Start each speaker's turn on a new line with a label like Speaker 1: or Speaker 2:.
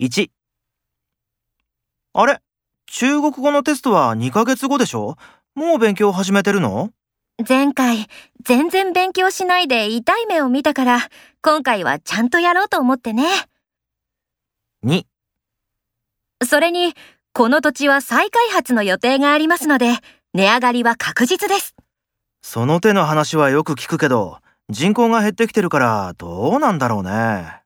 Speaker 1: 1あれ中国語のテストは2ヶ月後でしょもう勉強始めてるの
Speaker 2: 前回、全然勉強しないで痛い目を見たから、今回はちゃんとやろうと思ってね。
Speaker 1: ?2
Speaker 2: それに、この土地は再開発の予定がありますので、値上がりは確実です。
Speaker 1: その手の話はよく聞くけど人口が減ってきてるからどうなんだろうね。